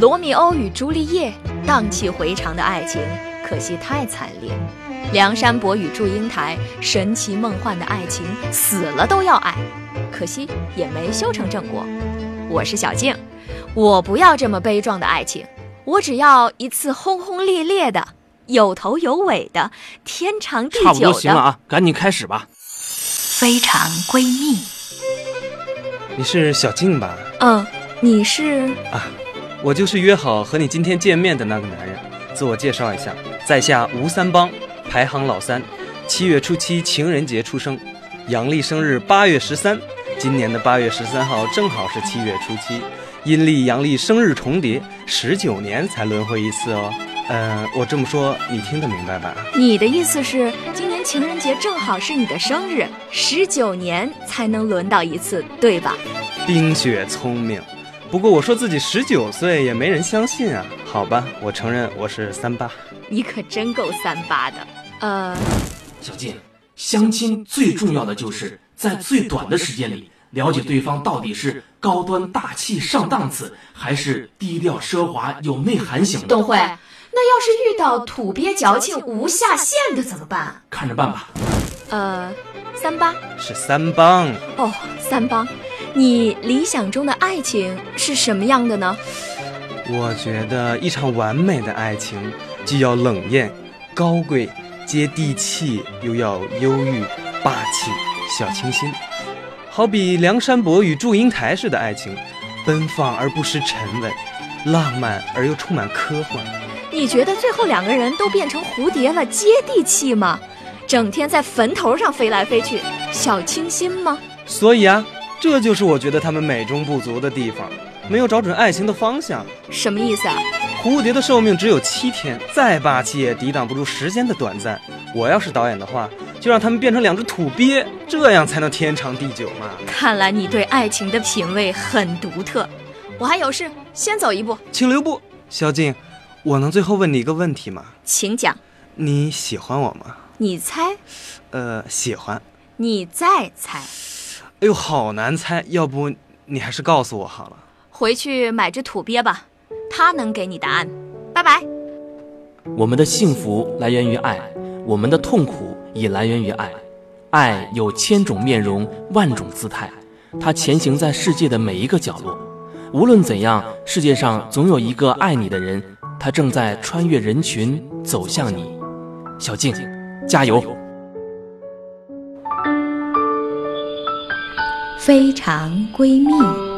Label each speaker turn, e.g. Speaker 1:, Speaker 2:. Speaker 1: 罗密欧与朱丽叶荡气回肠的爱情，可惜太惨烈；梁山伯与祝英台神奇梦幻的爱情，死了都要爱，可惜也没修成正果。我是小静，我不要这么悲壮的爱情，我只要一次轰轰烈烈的、有头有尾的、天长地久的。
Speaker 2: 差不多行了啊，赶紧开始吧。
Speaker 1: 非常闺蜜，
Speaker 3: 你是小静吧？
Speaker 1: 嗯，你是
Speaker 3: 啊，我就是约好和你今天见面的那个男人。自我介绍一下，在下吴三帮，排行老三，七月初七情人节出生，阳历生日八月十三，今年的八月十三号正好是七月初七，阴历阳历生日重叠，十九年才轮回一次哦。嗯、呃，我这么说你听得明白吧？
Speaker 1: 你的意思是，今年情人节正好是你的生日，十九年才能轮到一次，对吧？
Speaker 3: 冰雪聪明，不过我说自己十九岁也没人相信啊。好吧，我承认我是三八。
Speaker 1: 你可真够三八的。呃，
Speaker 4: 小静，相亲最重要的就是在最短的时间里了解对方到底是高端大气上档次，还是低调奢华有内涵型的。
Speaker 1: 董慧。那要是遇到土鳖矫情无下限的怎么办？
Speaker 4: 看着办吧。
Speaker 1: 呃，三八
Speaker 3: 是三帮
Speaker 1: 哦，三帮，你理想中的爱情是什么样的呢？
Speaker 3: 我觉得一场完美的爱情，既要冷艳、高贵、接地气，又要忧郁、霸气、小清新，好比梁山伯与祝英台式的爱情，奔放而不失沉稳，浪漫而又充满科幻。
Speaker 1: 你觉得最后两个人都变成蝴蝶了，接地气吗？整天在坟头上飞来飞去，小清新吗？
Speaker 3: 所以啊，这就是我觉得他们美中不足的地方，没有找准爱情的方向。
Speaker 1: 什么意思啊？
Speaker 3: 蝴蝶的寿命只有七天，再霸气也抵挡不住时间的短暂。我要是导演的话，就让他们变成两只土鳖，这样才能天长地久嘛。
Speaker 1: 看来你对爱情的品味很独特。我还有事，先走一步，
Speaker 3: 请留步，萧敬。我能最后问你一个问题吗？
Speaker 1: 请讲。
Speaker 3: 你喜欢我吗？
Speaker 1: 你猜。
Speaker 3: 呃，喜欢。
Speaker 1: 你再猜。
Speaker 3: 哎呦，好难猜，要不你还是告诉我好了。
Speaker 1: 回去买只土鳖吧，它能给你答案。拜拜。
Speaker 5: 我们的幸福来源于爱，我们的痛苦也来源于爱。爱有千种面容，万种姿态，它前行在世界的每一个角落。无论怎样，世界上总有一个爱你的人。他正在穿越人群走向你，小静，加油！
Speaker 1: 非常闺蜜。